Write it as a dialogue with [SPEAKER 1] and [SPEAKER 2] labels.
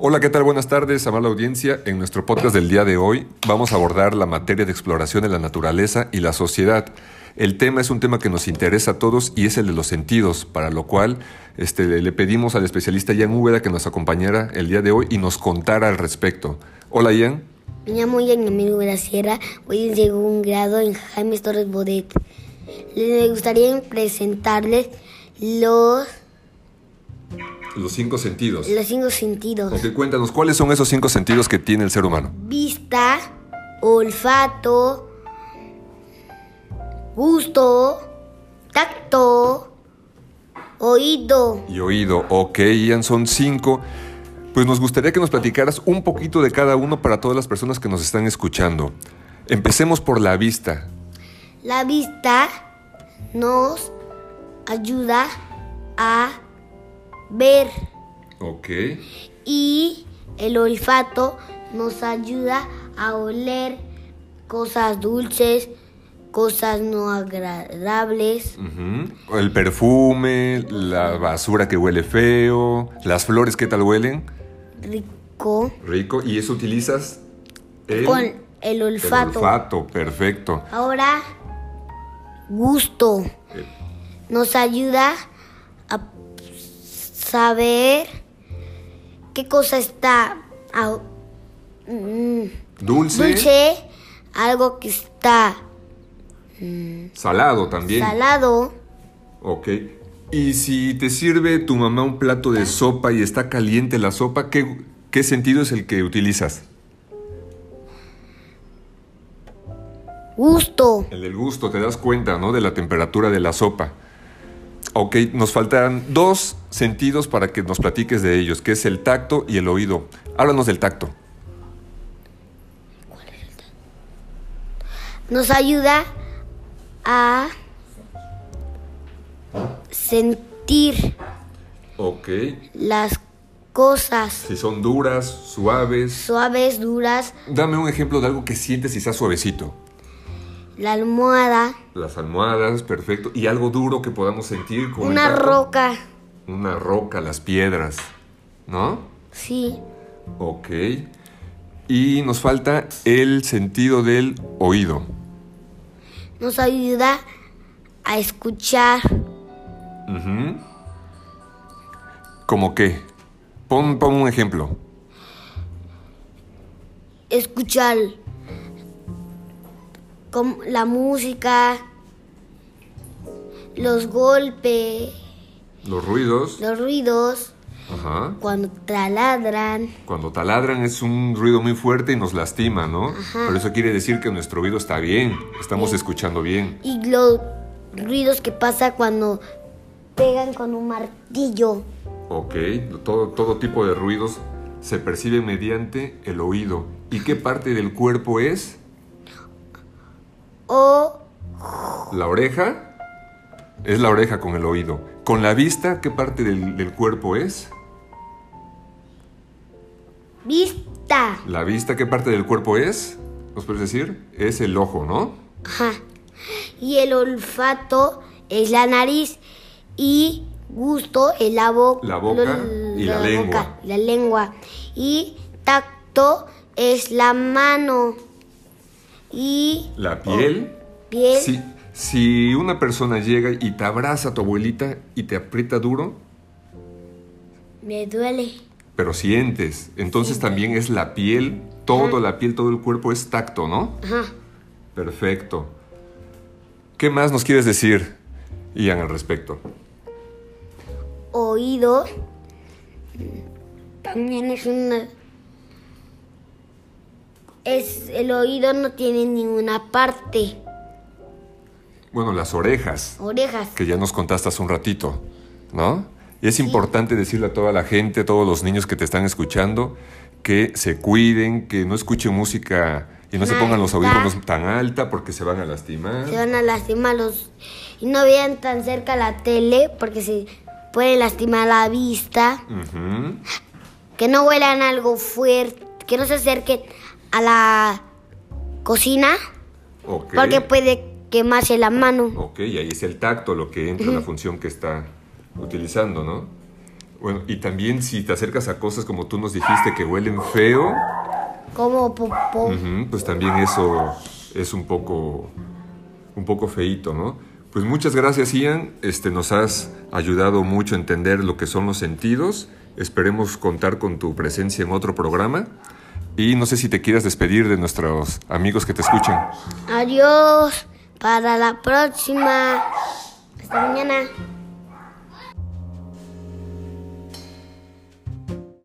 [SPEAKER 1] Hola, ¿qué tal? Buenas tardes, amable audiencia. En nuestro podcast del día de hoy vamos a abordar la materia de exploración de la naturaleza y la sociedad. El tema es un tema que nos interesa a todos y es el de los sentidos, para lo cual este, le pedimos al especialista Ian Úbeda que nos acompañara el día de hoy y nos contara al respecto. Hola, Ian.
[SPEAKER 2] Me llamo Ian Emilio de la Sierra, voy en segundo grado en Jaime Torres Bodet. Les gustaría presentarles los,
[SPEAKER 1] Los cinco sentidos.
[SPEAKER 2] los cinco sentidos.
[SPEAKER 1] Ok, cuéntanos, ¿cuáles son esos cinco sentidos que tiene el ser humano?
[SPEAKER 2] Vista, olfato, gusto, tacto, oído.
[SPEAKER 1] y oído. Ok, Ian, son cinco. Pues nos gustaría que nos platicaras un poquito de cada uno para todas las personas que nos están escuchando. Empecemos por la vista.
[SPEAKER 2] La vista nos ayuda a ver
[SPEAKER 1] Ok.
[SPEAKER 2] y el olfato nos ayuda a oler cosas dulces, cosas no agradables.
[SPEAKER 1] El perfume, la basura que huele feo, las flores, ¿qué tal huelen?
[SPEAKER 2] Rico
[SPEAKER 1] Rico. ¿Y eso utilizas? El,
[SPEAKER 2] con el
[SPEAKER 1] el
[SPEAKER 2] olfato.
[SPEAKER 1] olfato, perfecto.
[SPEAKER 2] Ahora, gusto
[SPEAKER 1] Eh.
[SPEAKER 2] nos ayuda a saber qué cosa está au- mm,
[SPEAKER 1] Dulce,
[SPEAKER 2] dulce, algo que está
[SPEAKER 1] salado también.
[SPEAKER 2] salado.
[SPEAKER 1] Ok. Y si te sirve tu mamá un plato de sopa y está caliente la sopa, ¿qué, qué sentido es el que utilizas?
[SPEAKER 2] Gusto,
[SPEAKER 1] El del gusto, te das cuenta, ¿no? De la temperatura de la sopa. Ok, nos faltarán dos sentidos para que nos platiques de ellos, que es el tacto y el oído. Háblanos del tacto.
[SPEAKER 2] nos ayuda a sentir
[SPEAKER 1] Ok,
[SPEAKER 2] las cosas
[SPEAKER 1] si son duras, suaves.
[SPEAKER 2] suaves, duras,
[SPEAKER 1] Dame un ejemplo de algo que sientes y está suavecito.
[SPEAKER 2] la almohada,
[SPEAKER 1] Las almohadas, perfecto. Y algo duro que podamos sentir como el
[SPEAKER 2] una
[SPEAKER 1] tacto.
[SPEAKER 2] roca,
[SPEAKER 1] Una roca, las piedras, ¿no?
[SPEAKER 2] sí.
[SPEAKER 1] Ok. Y nos falta el sentido del oído.
[SPEAKER 2] nos ayuda a escuchar
[SPEAKER 1] ¿Cómo qué? Pon, pon un ejemplo.
[SPEAKER 2] escuchar com- la música los golpes
[SPEAKER 1] Los ruidos.
[SPEAKER 2] los ruidos
[SPEAKER 1] Ajá.
[SPEAKER 2] cuando taladran
[SPEAKER 1] Cuando taladran es un ruido muy fuerte y nos lastima, ¿no? Pero eso quiere decir que nuestro oído está bien, estamos escuchando bien.
[SPEAKER 2] y los ruidos que pasa cuando pegan con un martillo
[SPEAKER 1] Ok, todo, todo tipo de ruidos se percibe mediante el oído. ¿Y qué parte del cuerpo es?
[SPEAKER 2] o
[SPEAKER 1] ¿La oreja? Es la oreja con el oído. ¿Con la vista qué parte del, del cuerpo es?
[SPEAKER 2] vista
[SPEAKER 1] ¿La vista qué parte del cuerpo es? ¿Nos puedes decir? Es el ojo, ¿no?
[SPEAKER 2] Ajá. y el olfato es la nariz y gusto es la boca
[SPEAKER 1] La boca y la lengua.
[SPEAKER 2] la lengua y tacto es la mano y
[SPEAKER 1] La piel.
[SPEAKER 2] Oh. piel
[SPEAKER 1] Si, si una persona llega y te abraza a tu abuelita y te aprieta duro,
[SPEAKER 2] me duele
[SPEAKER 1] pero sientes, entonces también es la piel, todo la piel, todo el cuerpo es tacto, ¿no?
[SPEAKER 2] Ajá.
[SPEAKER 1] Perfecto. ¿Qué más nos quieres decir, Ian, al respecto?
[SPEAKER 2] oído también es una es el oído no tiene ninguna parte
[SPEAKER 1] Bueno, las orejas,
[SPEAKER 2] orejas
[SPEAKER 1] que ya nos contaste hace un ratito, ¿no? Y es importante decirle a toda la gente, a todos los niños que te están escuchando, que se cuiden, que no escuchen música y no se pongan los
[SPEAKER 2] Alta.
[SPEAKER 1] audífonos tan alta porque se van a lastimar.
[SPEAKER 2] se van a lastimar los y no vean tan cerca la tele porque se puede lastimar la vista
[SPEAKER 1] Ujú.
[SPEAKER 2] que no huelan algo fuerte que no se acerquen a la cocina
[SPEAKER 1] Ok.
[SPEAKER 2] porque pues, puede quemarse la mano
[SPEAKER 1] Ok, y ahí es el tacto lo que entra en la función que está utilizando, ¿no? Bueno, y también si te acercas a cosas como tú nos dijiste que huelen feo,
[SPEAKER 2] como popó.
[SPEAKER 1] ujú, pues también eso es un poco, un poco feíto, ¿no? Pues muchas gracias, Ian. Este, nos has ayudado mucho a entender lo que son los sentidos. Esperemos contar con tu presencia en otro programa. Y no sé si te quieras despedir de nuestros amigos que te escuchan.
[SPEAKER 2] Adiós. Para la próxima. Hasta mañana.